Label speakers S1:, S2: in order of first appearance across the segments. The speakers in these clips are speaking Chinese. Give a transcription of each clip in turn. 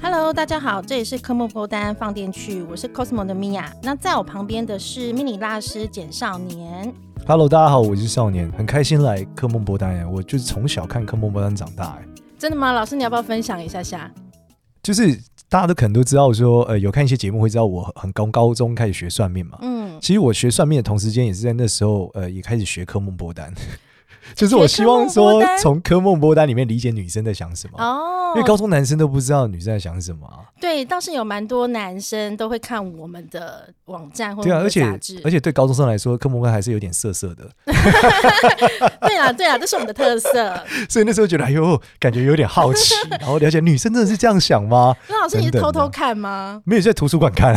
S1: Hello，大家好，这里是科目播单放电区，我是 Cosmo 的 Mia。那在我旁边的是迷你大师简少年。
S2: Hello，大家好，我是少年，很开心来科梦博单耶。我就是从小看科梦博单长大耶，
S1: 真的吗？老师，你要不要分享一下下？
S2: 就是大家都可能都知道说，呃，有看一些节目会知道我很高高中开始学算命嘛。
S1: 嗯，
S2: 其实我学算命的同时间，也是在那时候，呃，也开始学科梦波 丹。就是我希望
S1: 学科梦
S2: 说
S1: 波，丹
S2: 从科梦波丹里面理解女生在想什么，
S1: 哦
S2: 因为高中男生都不知道女生在想什么啊、
S1: 对，倒是有蛮多男生都会看我们的网站或者
S2: 对啊，
S1: 我们
S2: 而
S1: 的
S2: 且
S1: 哦杂志。
S2: 而且对高中生来说，科梦波丹还是有点涩涩的，
S1: 对啊，对啊，这是我们的特 色。
S2: 所以那时候觉得，哎呦，感觉有点好 奇，然后了解女生真的是这样想吗？
S1: 那老师，你是
S2: 等
S1: 偷
S2: 等的
S1: 偷看 吗？
S2: 没有在图书馆看，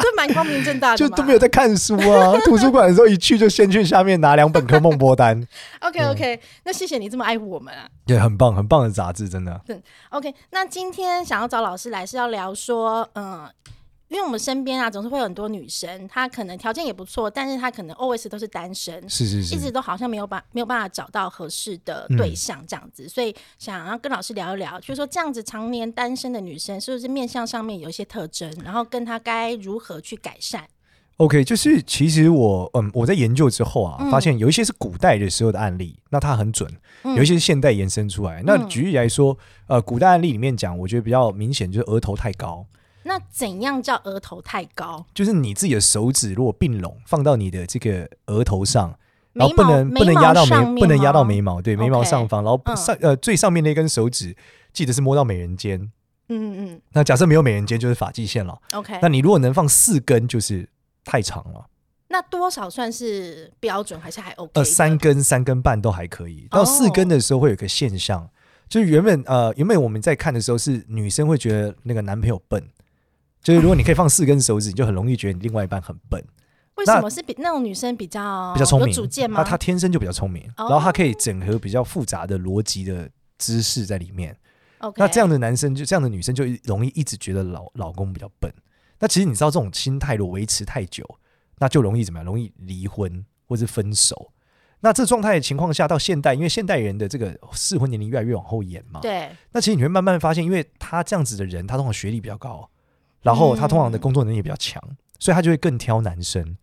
S1: 这蛮光明正大的，
S2: 就都没有。在看书 啊。图书馆的时候一去就先去下面拿两本科梦波丹，
S1: OK OK，那谢谢你这么爱护我们啊。
S2: 也很棒，很棒的杂志，真的。
S1: OK，那今天想要找老师来是要聊说，嗯，因为我们身边啊总是会有很多女生，她可能条件也不错，但是她可能 always 都是单身，
S2: 是是
S1: 一直
S2: 是，
S1: 都好像没有办没有办法找到合适的
S2: 嗯
S1: 对象这样子，所以想要跟老师聊一聊，就是说这样子常年单身的女生是不是面相上面有一些特征，然后跟她该如何去改善？
S2: OK，就是其实我嗯，我在研究之后啊，
S1: 嗯
S2: 发现有一些是古代的时候的案例，那它很准；
S1: 嗯
S2: 有一些是现代延伸出来。那
S1: 嗯
S2: 举例来说，呃，古代案例里面讲，我觉得比较明显就是额头太高，
S1: 那怎样叫额头太高？
S2: 就是你自己的手指如果并拢放到你的这个额头上。
S1: 眉
S2: 然后不
S1: 毛
S2: 能
S1: 眉
S2: 不能
S1: 毛
S2: 压到
S1: 上面
S2: 眉，不能压到
S1: 吗嗯
S2: 眉毛，对眉毛
S1: OK，
S2: 上方，然后
S1: 嗯
S2: 上、呃最上面那根手指记得是摸到美人尖。
S1: 嗯嗯
S2: 那假设没有美人尖就是发际线了。
S1: 嗯，OK
S2: 那。你如果能放四根就是太长了，
S1: 那多少算是标准，还是还 OK？
S2: 呃
S1: 的
S2: 三根三根半都还可以。到
S1: 哦
S2: 四根的时候会有一个现象，就是原本呃原本我们在看的时候是女生会觉得那个男朋友笨。就是如果你可以放四根手指，你就很容易觉得你另外一半很笨，
S1: 为
S2: 那
S1: 什么是比那种女生比较
S2: 比较聪
S1: 哦
S2: 明。啊
S1: 有主见吗？
S2: 她她天生就比较聪明，
S1: 哦
S2: 然后她可以整合比较复杂的逻辑的知识在里面。
S1: OK，
S2: 那这样的男生就这样的女生就容易一直觉得老老公比较笨。那其实你知道这种心态如果维持太久，那就容易怎么样？容易离婚或是分手。那这状态的情况下，到现代，因为现代人的这个适婚年龄越来越往后延嘛，
S1: 对，
S2: 那其实你会慢慢发现，因为他这样子的人，他通常学历比较高，然后他通常的工作能力也比较强，所以他就会更挑男生。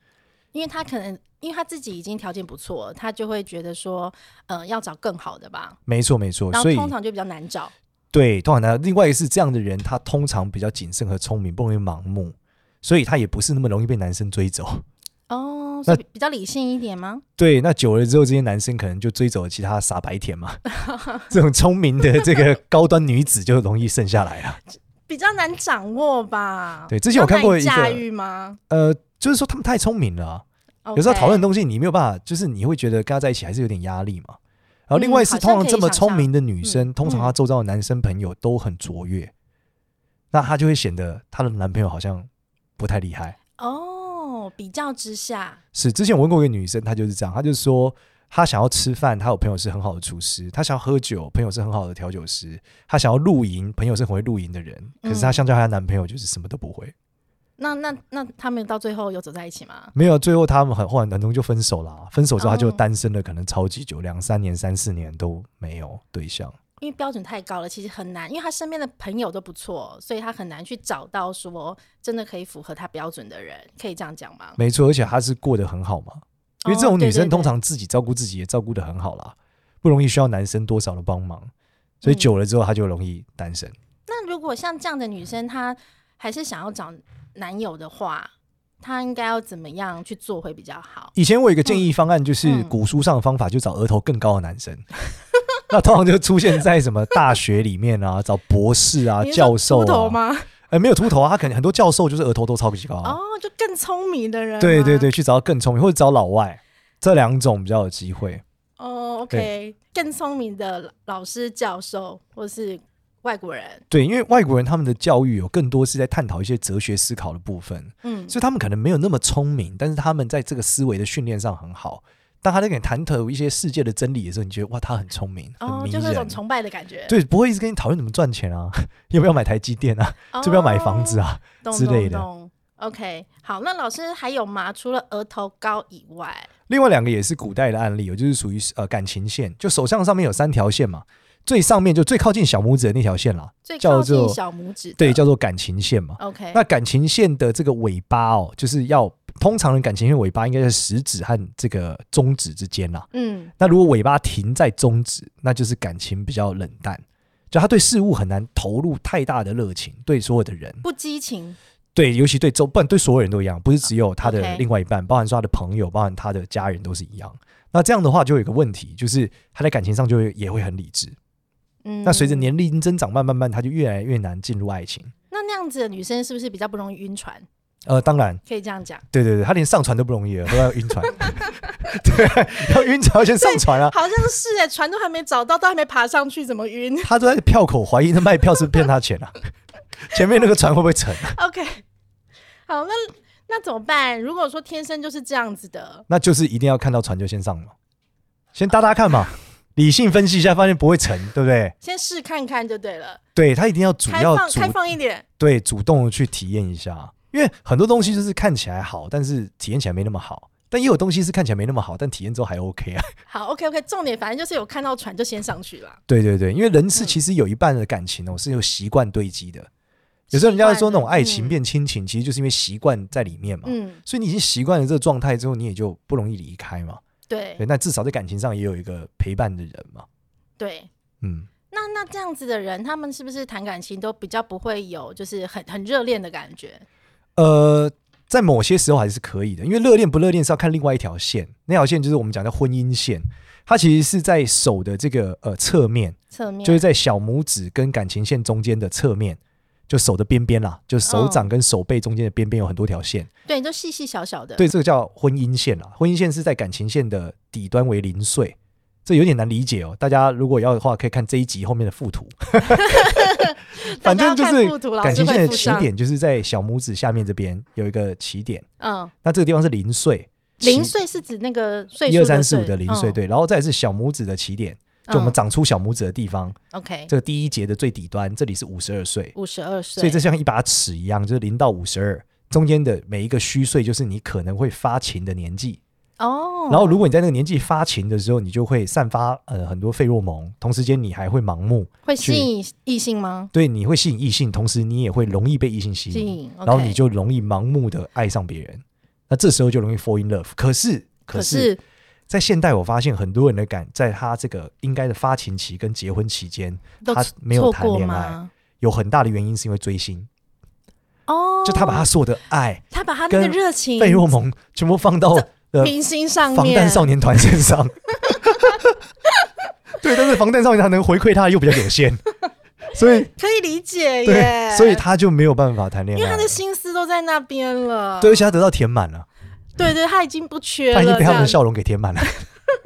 S1: 因为他可能因为他自己已经条件不错了，他就会觉得说，呃，要找更好的吧，
S2: 没错，没错。
S1: 然后
S2: 哦所以
S1: 通常就比较难找。
S2: 对，通常呢，另外一个是这样的人，他通常比较谨慎和聪明，不容易盲目，所以他也不是那么容易被男生追走。
S1: 哦，
S2: 那
S1: 所以比比较理性一点吗？
S2: 对，那久了之后，这些男生可能就追走了其他傻白甜嘛， 这种聪明的这个高端女子就容易剩下来啊 了。
S1: 比较难掌握吧。
S2: 对之前我看过
S1: 比
S2: 一
S1: 较
S2: 个
S1: 难驾驭吗？
S2: 呃，就是说他们太聪明了啊、有
S1: OK
S2: 时候讨论的东西你没有办法，就是你会觉得跟他在一起还是有点压力嘛。然后另外
S1: 嗯
S2: 是，
S1: 好
S2: 通
S1: 像
S2: 常
S1: 可以
S2: 这么
S1: 想
S2: 聪
S1: 象
S2: 明的女
S1: 嗯
S2: 生，通常她周遭的男生朋友都很卓越，那她就会显得她的男朋友好像不太厉害。
S1: 哦，比较之下，
S2: 是之前我问过一个女生，她就是这样，她就说她想要吃饭，她有朋友是很好的厨师；她想要喝酒，朋友是很好的调酒师；她想要露营，朋友是很会露营的人。可是她
S1: 嗯
S2: 相较她男朋友就是什么都不会，
S1: 那那那他们到最后有走在一起吗？
S2: 没有。最后他们很后来男同就分手啦，分手之后她就
S1: 哦
S2: 单身了，可能超级久，两三年、三四年都没有对象。
S1: 因为标准太高了，其实很难，因为他身边的朋友都不错，所以他很难去找到说真的可以符合他标准的人，可以这样讲吗？
S2: 没错，而且她是过得很好嘛，因为这
S1: 哦
S2: 种
S1: 对
S2: 女
S1: 对
S2: 生通
S1: 对
S2: 常自己照顾自己也照顾得很好啦，不容易需要男生多少的帮忙，所以
S1: 嗯
S2: 久了之后她就容易单身。
S1: 那如果像这样的女生，她还是想要找男友的话，她应该要怎么样去做会比较好？
S2: 以前我有一个建议方案，就是
S1: 嗯
S2: 古书上的方法，就找额头更高的男生。 那通常就出现在什么大学里面啊，找博士啊、
S1: 你是说
S2: 教
S1: 秃
S2: 授
S1: 头
S2: 啊，
S1: 吗？
S2: 呃，没有秃头啊，他可能很多教授就是额头都超级高啊、
S1: 哦，就更聪明的人。
S2: 对对。对，去找更聪明或者找老外，这两种比较有机会。
S1: 哦，OK，更聪明的老师、教授或是外国人，
S2: 对，因为外国人他们的教育有更多是在探讨一些哲学思考的部分，
S1: 嗯，
S2: 所以他们可能没有那么聪明，但是他们在这个思维的训练上很好。当他在跟你谈讨一些世界的真理的时候，你觉得哇，他很聪明，很
S1: 哦，
S2: 迷
S1: 就是有种
S2: 人。
S1: 崇拜的感觉。
S2: 对，不会一直跟你讨论怎么赚钱啊， 要不要买台积电啊，
S1: 哦，
S2: 要不要买房子啊？
S1: 懂
S2: 之类
S1: 懂
S2: 的
S1: 懂 OK，好，那老师还有吗？除了额头高以外，
S2: 另外两个也是古代的案例哦，有就是属于呃感情线，就手相上面有三条线嘛，最上面就最靠近小拇指的那条线啦，
S1: 最
S2: 叫
S1: 靠近
S2: 做
S1: 小拇指的，
S2: 对，叫做感情线嘛。
S1: OK，
S2: 那感情线的这个尾巴哦，就是要通常的感情线尾巴应该在食指和这个中指之间啦。
S1: 嗯
S2: 那如果尾巴停在中指，那就是感情比较冷淡，就他对事物很难投入太大的热情，对所有的人，
S1: 不激情，
S2: 对，尤其对周，不然对所有人都一样，不是只有他的
S1: OK
S2: 另外一半，包含说他的朋友，包含他的家人都是一样。那这样的话，就有一个问题，就是他在感情上就会也会很理智。
S1: 嗯，
S2: 那随着年龄增长，慢慢慢，他就越来越难进入爱情。
S1: 那那样子的女生是不是比较不容易晕船？
S2: 呃，当然，
S1: 可以这样讲，
S2: 对对对，他连上船都不容易了，都要 晕船。对，要晕船要先上船啊！
S1: 好像是哎、船都还没找到，都还没爬上去，怎么晕
S2: 他都在票口怀疑那卖票是不是骗他钱啊？前面那个船会不会沉、啊？
S1: ？OK，好，那那怎么办？如果说天生就是这样子的，
S2: 那就是一定要看到船就先上嘛，先搭搭看嘛，理性分析一下，发现不会沉，对不对？
S1: 先试看看就对了，
S2: 对他一定要主
S1: 开
S2: 要
S1: 放
S2: 主
S1: 开放一点，
S2: 对主动的去体验一下，因为很多东西就是看起来好，但是体验起来没那么好。但也有东西是看起来没那么好，但体验之后还 OK 啊。
S1: 好，OK OK，重点反正就是有看到船就先上去了。
S2: 对对对，因为人是
S1: 嗯
S2: 其实有一半的感情哦、是有习惯堆积的。有时候人家会说那种爱情
S1: 嗯
S2: 变亲情，其实就是因为习惯在里面嘛。
S1: 嗯，
S2: 所以你已经习惯了这个状态之后，你也就不容易离开嘛。
S1: 对
S2: 对，那至少在感情上也有一个陪伴的人嘛。
S1: 对。
S2: 嗯，
S1: 那那这样子的人，他们是不是谈感情都比较不会有就是很很热恋的感觉？
S2: 呃，在某些时候还是可以的，因为热恋不热恋是要看另外一条线，那条线就是我们讲的婚姻线，它其实是在手的这个呃侧面，
S1: 侧面
S2: 就是在小拇指跟感情线中间的侧面，就手的边边啦，就手掌跟手背中间的边边有很多条线，
S1: 对，就细细小小的。
S2: 对，这个叫婚姻线啦。婚姻线是在感情线的底端为零碎。这有点难理解哦，大家如果要的话，可以看这一集后面的附 图。
S1: 大
S2: 反
S1: 家要
S2: 正就
S1: 看
S2: 是
S1: 附图老
S2: 感
S1: 师
S2: 情
S1: 会
S2: 线的
S1: 附
S2: 起
S1: 上
S2: 点就是在小拇指下面这边有一个起点，
S1: 嗯，
S2: 那这个地方是零碎，
S1: 零碎是指那个岁
S2: 一
S1: 数
S2: 二三四五的零碎，
S1: 碎，
S2: 对，然后再来是小拇指的起点，
S1: 嗯
S2: 就我们长出小拇指的地方，
S1: 嗯 OK，
S2: 这个第一节的最底端，这里是五十二岁，
S1: 五十二岁，
S2: 所以这像一把尺一样，就是零到五十二。中间的每一个虚岁，就是你可能会发情的年纪。
S1: 哦，
S2: 然后，如果你在那个年纪发情的时候，你就会散发呃很多费洛蒙，同时间你还会盲目，
S1: 会吸引异性吗？
S2: 对，你会吸引异性，同时你也会容易被异性吸
S1: 吸
S2: 引。
S1: 引，
S2: 然后你就容易盲目的爱上别人，那这时候就容易 fall in love。可是，
S1: 可
S2: 是，
S1: 是
S2: 在现代，我发现很多人的感，在他这个应该的发情期跟结婚期间，
S1: 都
S2: 他没有
S1: 错
S2: 谈
S1: 过
S2: 恋爱，
S1: 吗？
S2: 有很大的原因是因为追星，
S1: 哦，
S2: 就他把他所有的爱、
S1: 他把他那个
S2: 跟
S1: 热情
S2: 费洛蒙全部 放到呃
S1: 明星上
S2: 防弹
S1: 面，
S2: 少年团身 上。对，但是防弹少年团能回馈他又比较 有限，所以
S1: 可以理解耶
S2: 对，。所以他就没有办法谈恋
S1: 因为
S2: 爱
S1: 他。的心思都在那边了，
S2: 对，而且他得到填满了。
S1: 对对，他已经不缺
S2: 他已经
S1: 了。
S2: 被
S1: 这
S2: 他们
S1: 样
S2: 的笑容给填满了，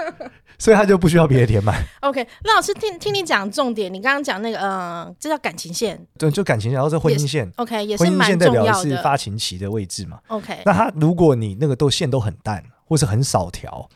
S2: 所以他就不需要别的填满。
S1: OK，那老师听听你讲重点，你刚刚讲那个，呃，这叫感情线
S2: 对，就感情，然后这婚姻线，
S1: ，OK，也是
S2: 婚姻
S1: 蛮
S2: 线代
S1: 重
S2: 表的
S1: 要
S2: 是
S1: 的。
S2: 发情期的位置嘛。
S1: OK，
S2: 那他如果你那个都线都很淡，或是很少条，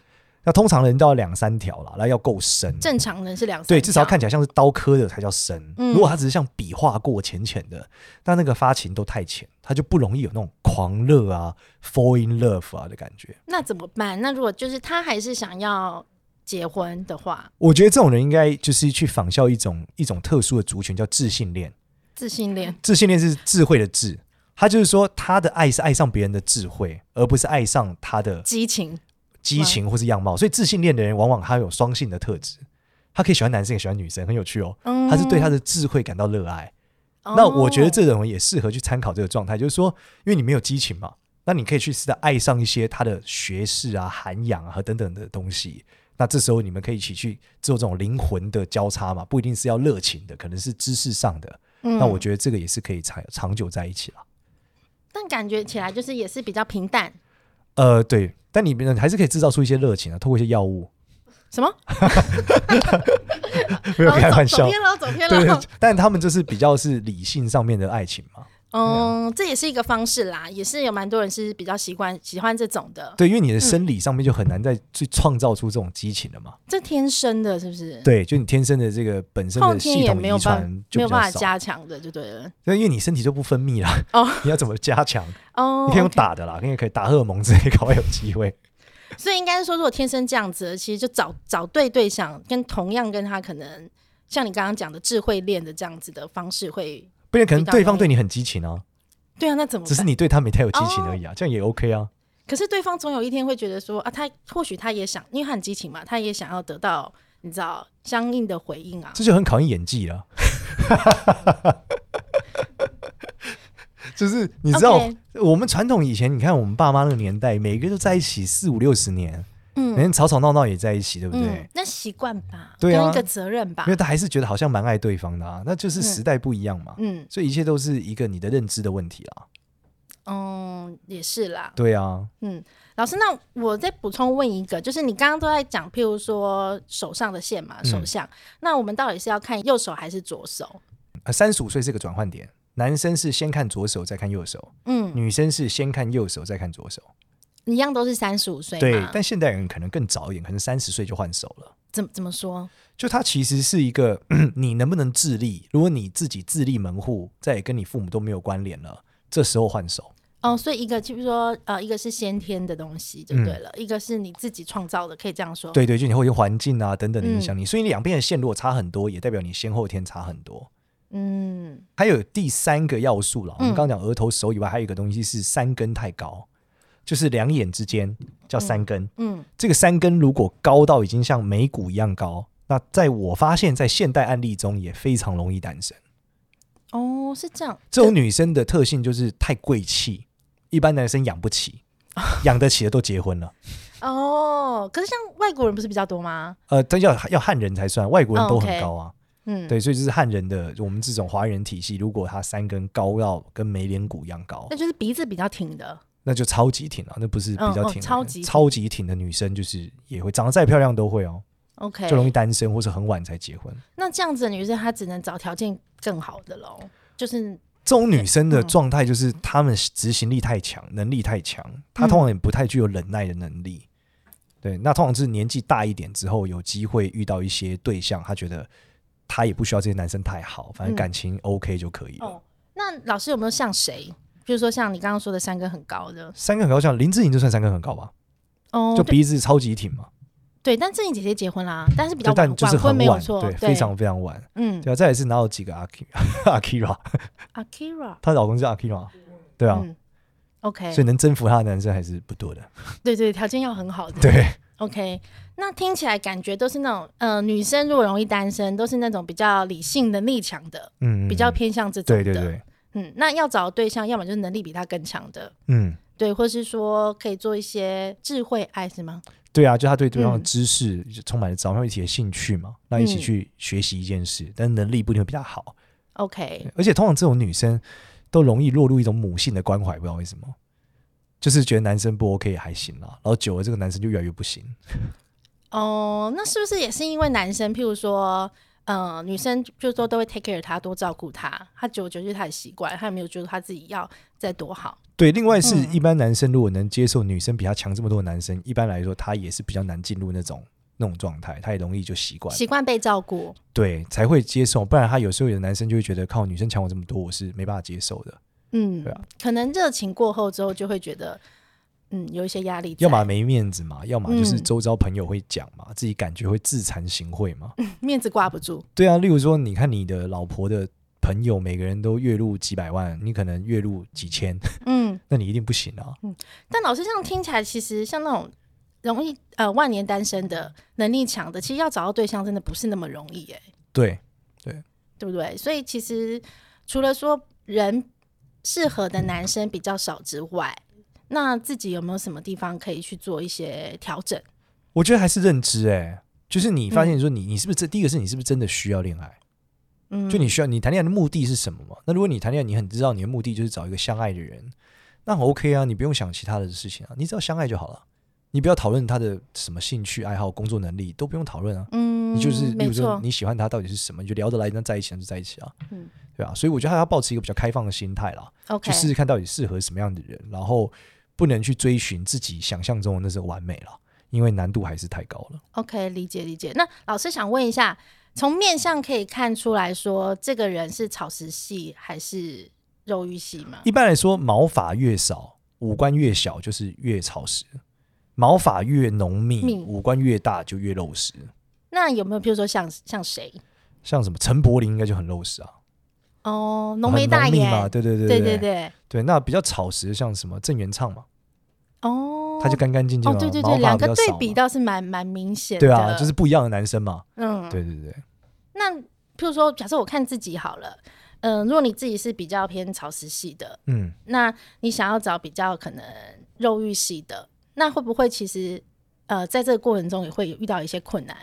S2: 那通常人都要两三条啦，那要够深。
S1: 正常人是两
S2: 对，
S1: 三
S2: 至少
S1: 条
S2: 看起来像是刀刻的才叫深。
S1: 嗯
S2: 如果他只是像笔画过浅浅的，那那个发情都太浅，他就不容易有那种狂热啊、fall in love 啊的感觉。
S1: 那怎么办？那如果就是他还是想要结婚的话，
S2: 我觉得这种人应该就是去仿效一种一种特殊的族群，叫自信恋。
S1: 自信恋
S2: 自信恋是智慧的智，他就是说他的爱是爱上别人的智慧，而不是爱上他的
S1: 激情，
S2: 激情或是样貌。所以自信恋的人往往他有双性的特质，他可以喜欢男生也喜欢女生，很有趣哦。
S1: 嗯
S2: 他是对他的智慧感到热爱。
S1: 哦
S2: 那我觉得这种人也适合去参考这个状态，就是说，因为你没有激情嘛，那你可以去试着爱上一些他的学识啊、涵养啊和等等的东西。那这时候你们可以一起去做这种灵魂的交叉嘛，不一定是要热情的，可能是知识上的。
S1: 嗯
S2: 那我觉得这个也是可以长长久在一起啦。
S1: 但感觉起来就是也是比较平淡。
S2: 呃，对，但你们还是可以制造出一些热情啊，透过一些药物，
S1: 什么？
S2: 没有
S1: 哦
S2: 开
S1: 走走
S2: 玩笑。
S1: 偏了，走哦偏
S2: 对
S1: 了。，
S2: 但他们就是比较是理性上面的爱情嘛。
S1: 嗯，这也是一个方式啦，也是有蛮多人是比较习惯喜欢这种的，
S2: 对，因为你的生理上面就很难再去创造出这种激情了嘛。
S1: 这天生的，是不是？，
S2: 对，就你天生的这个本身
S1: 嗯后
S2: 的
S1: 天
S2: 系
S1: 也
S2: 统
S1: 没有
S2: 遗
S1: 办
S2: 传
S1: 没
S2: 就比
S1: 有
S2: 较
S1: 办法
S2: 少，
S1: 加强的，就对了。
S2: 对，因为你身体就不分泌了。
S1: 哦
S2: 你要怎么加强？
S1: 哦，
S2: 你可以用
S1: OK
S2: 打的啦，你也可以打荷尔蒙之类，搞不好有机会。
S1: 所以应该是说，如果天生这样子的，其实就找找对对象，跟同样跟他可能像你刚刚讲的智慧恋的这样子的方式会，
S2: 不然可能对方对你很激情啊，
S1: 对啊，那怎么
S2: 只是
S1: 办？
S2: 你对他没太有激情而
S1: 哦
S2: 已啊，这样也 OK 啊。
S1: 可是对方总有一天会觉得说啊，他或许他也想，因为他很激情嘛，他也想要得到你知道相应的回应啊。
S2: 这就很考验演技了。 就是你知道
S1: OK
S2: 我们传统以前，你看我们爸妈那个年代，每个都在一起四五六十年，
S1: 嗯
S2: 连吵吵闹闹也在一起，对不对？
S1: 嗯，那习惯吧，
S2: 对啊
S1: 跟一个责任吧
S2: 因为。他还是觉得好像蛮爱对方的啊，那就是时代不一样嘛，
S1: 嗯
S2: 所以一切都是一个你的认知的问题啦。
S1: 嗯，也是啦。
S2: 对啊，
S1: 嗯，老师，那我再补充问一个，就是你刚刚都在讲，譬如说手上的线
S2: 嗯
S1: 嘛，手相，那我们到底是要看右手还是左手？
S2: 呃三十五岁是个转换点，男生是先看左手再看右手，
S1: 嗯，
S2: 女生是先看右手再看左手。
S1: 一样都是三十五岁
S2: 对
S1: 嘛，，
S2: 但现代人可能更早一点，可能三十岁就换手了。
S1: 怎么怎么说？
S2: 就它其实是一个 你能不能自立，如果你自己自立门户，再也跟你父母都没有关联了，这时候换手，
S1: 哦，所以一个就是说，呃，一个是先天的东西就对了，一个是你自己创造的，可以这样说。
S2: 嗯对对，就你会有环境啊等等的影
S1: 嗯
S2: 响你，所以你两边的线如果差很多，也代表你先后天差很多。
S1: 嗯，
S2: 还有第三个要素了，我们
S1: 嗯
S2: 刚刚讲额头、手以外，还有一个东西是三根太高，就是两眼之间叫三根。
S1: 嗯
S2: 这个三根如果高到已经像眉骨一样高，那在我发现，在现代案例中也非常容易单身。
S1: 嗯，哦，是这样。
S2: 这种女生的特性就是太贵气，一般男生养 不起，养得起的都结婚了。
S1: 哦，可是像外国人不是比较多吗？
S2: 呃，但要要汉人才算，外国人都很
S1: 哦 OK
S2: 高啊。
S1: 嗯，
S2: 对，所以就是汉人的我们这种华人体系，如果他三根高到跟梅连骨一样高
S1: 那，就是鼻子比较挺的。
S2: 那就超级挺啊，那不是比较挺的、
S1: 嗯哦超级挺
S2: 超级挺的女生，就是也会长得再漂亮都会哦，
S1: OK，
S2: 就容易单身或是很晚才结婚。
S1: 那这样子的女生，她只能找条件更好的喽，就是
S2: 这种女
S1: 嗯
S2: 生的状态就是她们执行力太强，能力太强，她
S1: 嗯
S2: 通常也不太具有忍耐的能力。对，那通常是年纪大一点之后，有机会遇到一些对象，她觉得她也不需要这些男生太好，反正
S1: 嗯
S2: 感情 OK 就可以了。
S1: 哦。那老师有没有像谁？比如说像你刚刚说的三根很高的
S2: 三根很高，像林志颖就算三根很高吧，
S1: 哦，
S2: 就
S1: 对
S2: 鼻子超级挺嘛，
S1: 对，但志颖姐姐结婚啦，但是比较
S2: 对
S1: 晚
S2: 但就是
S1: 晚婚
S2: 很
S1: 没有
S2: 晚，
S1: 错，
S2: 对，非常非常晚。
S1: 嗯
S2: 对啊，再来是哪有几个阿 K 阿 Kira，
S1: ，Akira
S2: 她老公是阿 Kira，对啊，
S1: 嗯，OK，嗯
S2: 所以能征服她的男生还是不多的。
S1: 对对，条件要很好的，
S2: 对，
S1: OK，那听起来感觉都是那种呃，女生如果容易单身，都是那种比较理性、能力强的，
S2: 嗯，
S1: 比较
S2: 嗯
S1: 偏向这种
S2: 对
S1: 的，
S2: 对对，
S1: 嗯，那要找的对象，要么就是能力比她更强的，
S2: 嗯。
S1: 对，或是说可以做一些智慧爱是吗？
S2: 对啊，就他对对方的
S1: 嗯
S2: 知识就充满了早上一起的兴趣嘛，那一起
S1: 嗯
S2: 去学习一件事，但能力不一定会比较好。
S1: OK，
S2: 而且通常这种女生都容易落入一种母性的关怀，不知道为什么，就是觉得男生不 OK 也还行啦，然后久了这个男生就越来越不行。
S1: 哦，那是不是也是因为男生，譬如说，呃，女生就是说都会 take care 他，多照顾他，他久而久之他的习惯，他也没有觉得他自己要再多好。
S2: 对，另外是、
S1: 嗯
S2: 一般男生如果能接受女生比他强这么多的男生，一般来说他也是比较难进入那种那种状态，他也容易就习惯了，
S1: 习惯被照顾，
S2: 对，才会接受。不然他有时候有的男生就会觉得靠女生强我这么多，我是没办法接受的，
S1: 嗯，
S2: 对啊
S1: 可能热情过后之后就会觉得，嗯，有一些压力在，
S2: 要么没面子嘛，要么就是
S1: 嗯
S2: 周遭朋友会讲嘛，自己感觉会自惭形秽嘛。
S1: 面子挂不住，
S2: 对啊，例如说，你看你的老婆的朋友，每个人都月入几百万，你可能月入几千，
S1: 嗯。
S2: 那你一定不行啊。
S1: 但老师这样听起来，其实像那种容易呃万年单身的能力强的，其实要找到对象真的不是那么容易哎、
S2: 对，
S1: 对不对？所以其实除了说人适合的男生比较少之外，那自己有没有什么地方可以去做一些调整？
S2: 我觉得还是认知哎、就是你发现说你、你是不是这第一个是你是不是真的需要恋爱？
S1: 嗯，
S2: 就你需要你谈恋爱的目的是什么嘛？那如果你谈恋爱，你很知道你的目的就是找一个相爱的人，那很 OK 啊，你不用想其他的事情啊，你只要相爱就好了。你不要讨论他的什么兴趣爱好、工作能力都不用讨论啊。
S1: 嗯，
S2: 你就是，比
S1: 没
S2: 如说
S1: 错，
S2: 你喜欢他到底是什么，你就聊得来，那在一起那就在一起啊，
S1: 嗯
S2: 对吧、所以我觉得他要保持一个比较开放的心态啦，
S1: ，OK，
S2: 去试试看到底适合什么样的人，然后不能去追寻自己想象中的那种完美啦，因为难度还是太高了。
S1: OK，理解理解。那老师想问一下，从面相可以看出来说，这个人是草食系还是肉欲系吗？
S2: 一般来说，毛发越少，五官越小，就是越草食；毛发越浓密，
S1: 密
S2: 五官越大就越肉食。
S1: 那有没有，譬如说像像谁？
S2: 像什么陈柏霖应该就很肉食啊，
S1: 哦，
S2: 很
S1: 浓眉大
S2: 密嘛，
S1: 眼，
S2: 对对对
S1: 对
S2: 对
S1: 对，
S2: 对那比较草食的像什么郑元畅嘛，
S1: 哦，
S2: 他就干干净净
S1: 哦，
S2: 嘛，
S1: 对对
S2: 毛
S1: 对，
S2: 发
S1: 两个
S2: 较
S1: 对
S2: 少
S1: 比
S2: 嘛
S1: 倒是蛮蛮明显的，
S2: 对啊，就是不一样的男生嘛，
S1: 嗯，
S2: 对对对，
S1: 那譬如说，假设我看自己好了，嗯、如果你自己是比较偏草食系的，
S2: 嗯，
S1: 那你想要找比较可能肉欲系的，那会不会其实呃，在这个过程中也会有遇到一些困难？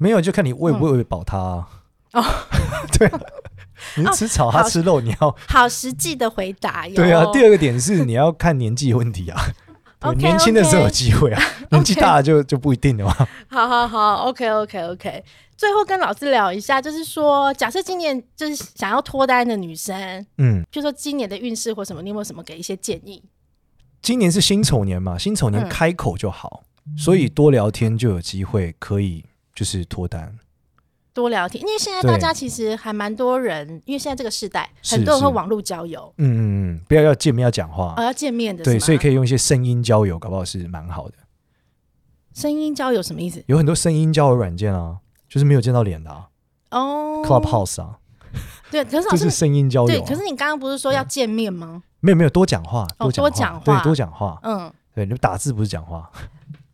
S2: 没有就看你喂不喂饱他啊，
S1: 哦
S2: 对啊，你吃草他
S1: 好
S2: 吃肉，你要
S1: 好实际的回答哟。
S2: 对啊，第二个点是 你要看年纪问 题啊。对，
S1: OK，
S2: 年轻的时候有
S1: OK
S2: 机会啊， 年纪大了就就不一定了啊嘛。
S1: 好好好，OK OK OK。最后跟老师聊一下，就是说，假设今年就是想要脱单的女生，
S2: 嗯，
S1: 譬如说今年的运势或什么，你有没有什么给一些建议？
S2: 今年是辛丑年嘛，辛丑年
S1: 嗯
S2: 开口就好，所以多聊天就有机会可以就是脱单。
S1: 多聊天，因为现在
S2: 对
S1: 大家其实还蛮多人，因为现在这个时代，
S2: 是
S1: 很多人会
S2: 是
S1: 网络交友，
S2: 嗯嗯嗯，不要要见面要讲话，
S1: 哦，要见面的，
S2: 对，所以可
S1: 以
S2: 以用一些声音交友，搞不好是蛮好的。
S1: 声音交友什么意思？
S2: 有很多声音交友软件啊，就是没有见到脸的、啊
S1: 哦
S2: Clubhouse 啊，
S1: 对，可是老
S2: 就
S1: 师
S2: 是，声音交
S1: 对
S2: 友、，啊。
S1: 可是你刚刚不是说要见面吗？
S2: 没有没有多讲话，
S1: 哦
S2: 讲话，
S1: 多讲
S2: 对，
S1: 话
S2: 多讲话，
S1: 嗯，
S2: 对，你打字不是讲话，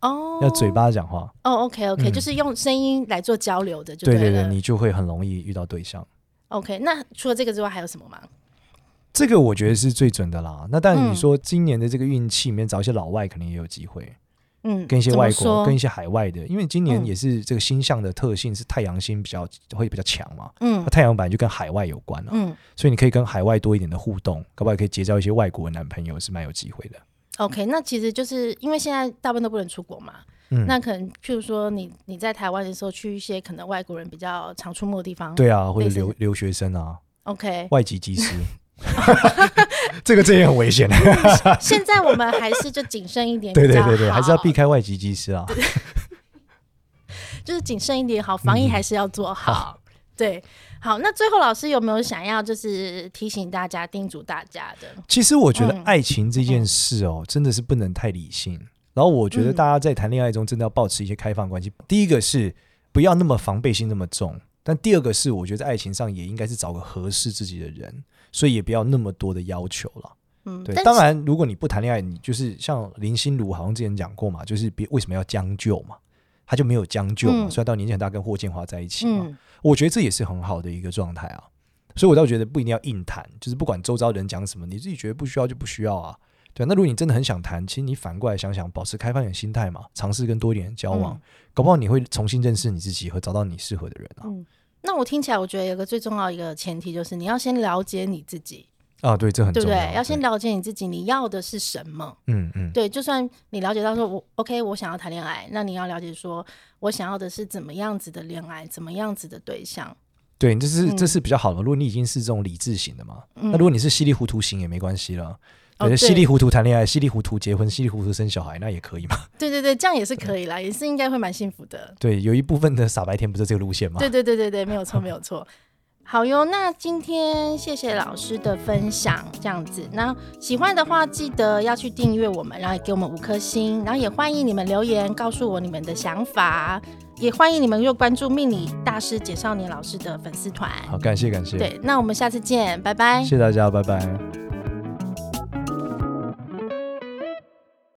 S1: 哦，
S2: 要嘴巴讲话。
S1: 哦，OK OK，
S2: 嗯
S1: 就是用声音来做交流的，就
S2: 对
S1: 对
S2: 对，
S1: 了。
S2: 你就会很容易遇到对象。
S1: OK，那除了这个之外还有什么吗？
S2: 这个我觉得是最准的啦。那但你
S1: 嗯
S2: 说今年的这个运气里面找一些老外，可能也有机会，
S1: 嗯，
S2: 跟一些
S1: 怎么
S2: 外国、
S1: 说
S2: 跟一些海外的，因为今年
S1: 嗯
S2: 也是这个星象的特性是太阳星比较会比较强嘛。
S1: 嗯
S2: 那太阳本来就跟海外有关了、啊
S1: 嗯
S2: 所以你可以跟海外多一点的互动，搞不好也可以结交一些外国的男朋友，是蛮有机会的。
S1: ，OK，那其实就是因为现在大部分都不能出国嘛，
S2: 嗯，
S1: 那可能譬如说你你在台湾的时候去一些可能外国人比较常出没的地方，
S2: 对啊，或者
S1: 类似
S2: 留留学生啊，
S1: ，OK，
S2: 外籍技师，这个这也很危 险。
S1: 啊现在我们还是就谨慎一点，
S2: 对对对对，还是要避
S1: 避，
S2: 开外籍技师啊。
S1: 就是谨慎一点好，防疫
S2: 嗯
S1: 还是要做好。对，好，那最后老师有没有想要就是提醒大家、叮嘱大家的？
S2: 其实我觉得
S1: 嗯
S2: 爱情这件事哦，真的是不能太理性。然后我觉得
S1: 嗯
S2: 大家在谈恋爱中，真的要保持一些开放关系。第一个是不要那么防备心那么重，但第二个是我觉得在爱情上也应该是找个合适自己的人，所以也不要那么多的要求了。
S1: 嗯，
S2: 对，
S1: 但
S2: 当
S1: 是
S2: 然如果你不谈恋爱，你就是像林心如好像之前讲过嘛，就是别为什么要将就嘛，她就没有将就嘛，
S1: 嗯
S2: 虽然到年纪很大跟霍建华在一起嘛，
S1: 嗯
S2: 我觉得这也是很好的一个状态啊。所以我倒觉得不一定要硬谈，就是不管周遭人讲什么，你自己觉得不需要就不需要啊。对啊，那如果你真的很想谈，其实你反过来想想，保持开放一点心态嘛，尝试跟多一点人交往，
S1: 嗯
S2: 搞不好你会重新认识你自己和找到你适合的人啊。
S1: 嗯那我听起来，我觉得有个最重要的一个前提就是你要先了解你自己，
S2: 啊，对，这很
S1: 对
S2: 重
S1: 不
S2: 要。
S1: 对？要先了解你自己，你要的是什么？
S2: 嗯嗯，
S1: 对，就算你了解到说我 OK，我想要谈恋爱，那你要了解说我想要的是怎么样子的恋爱，怎么样子的对象。
S2: 对，这是
S1: 嗯
S2: 这是比较好的。如果你已经是这种理智型的嘛，
S1: 嗯
S2: 那如果你是稀里糊涂型也没关系了。
S1: 哦
S2: 对，
S1: 对
S2: 稀里糊涂谈恋爱，稀里糊涂结婚，稀里糊涂生小孩，那也可以嘛。
S1: 对对对，这样也是可以啦，也是应该会蛮幸福的。
S2: 对，有一部分的傻白甜不是这个路线嘛。
S1: 对对对对对，没有 错没有错。好哟，那今天谢谢老师的分享，这样子。那喜欢的话，记得要去订阅我们，然后也给我们五颗星，然后也欢迎你们留言告诉我你们的想法，也欢迎你们又关注命理大师简少年老师的粉丝团。
S2: 好，感谢感谢，
S1: 对，那我们下次见，拜拜。
S2: 谢谢大家，拜拜。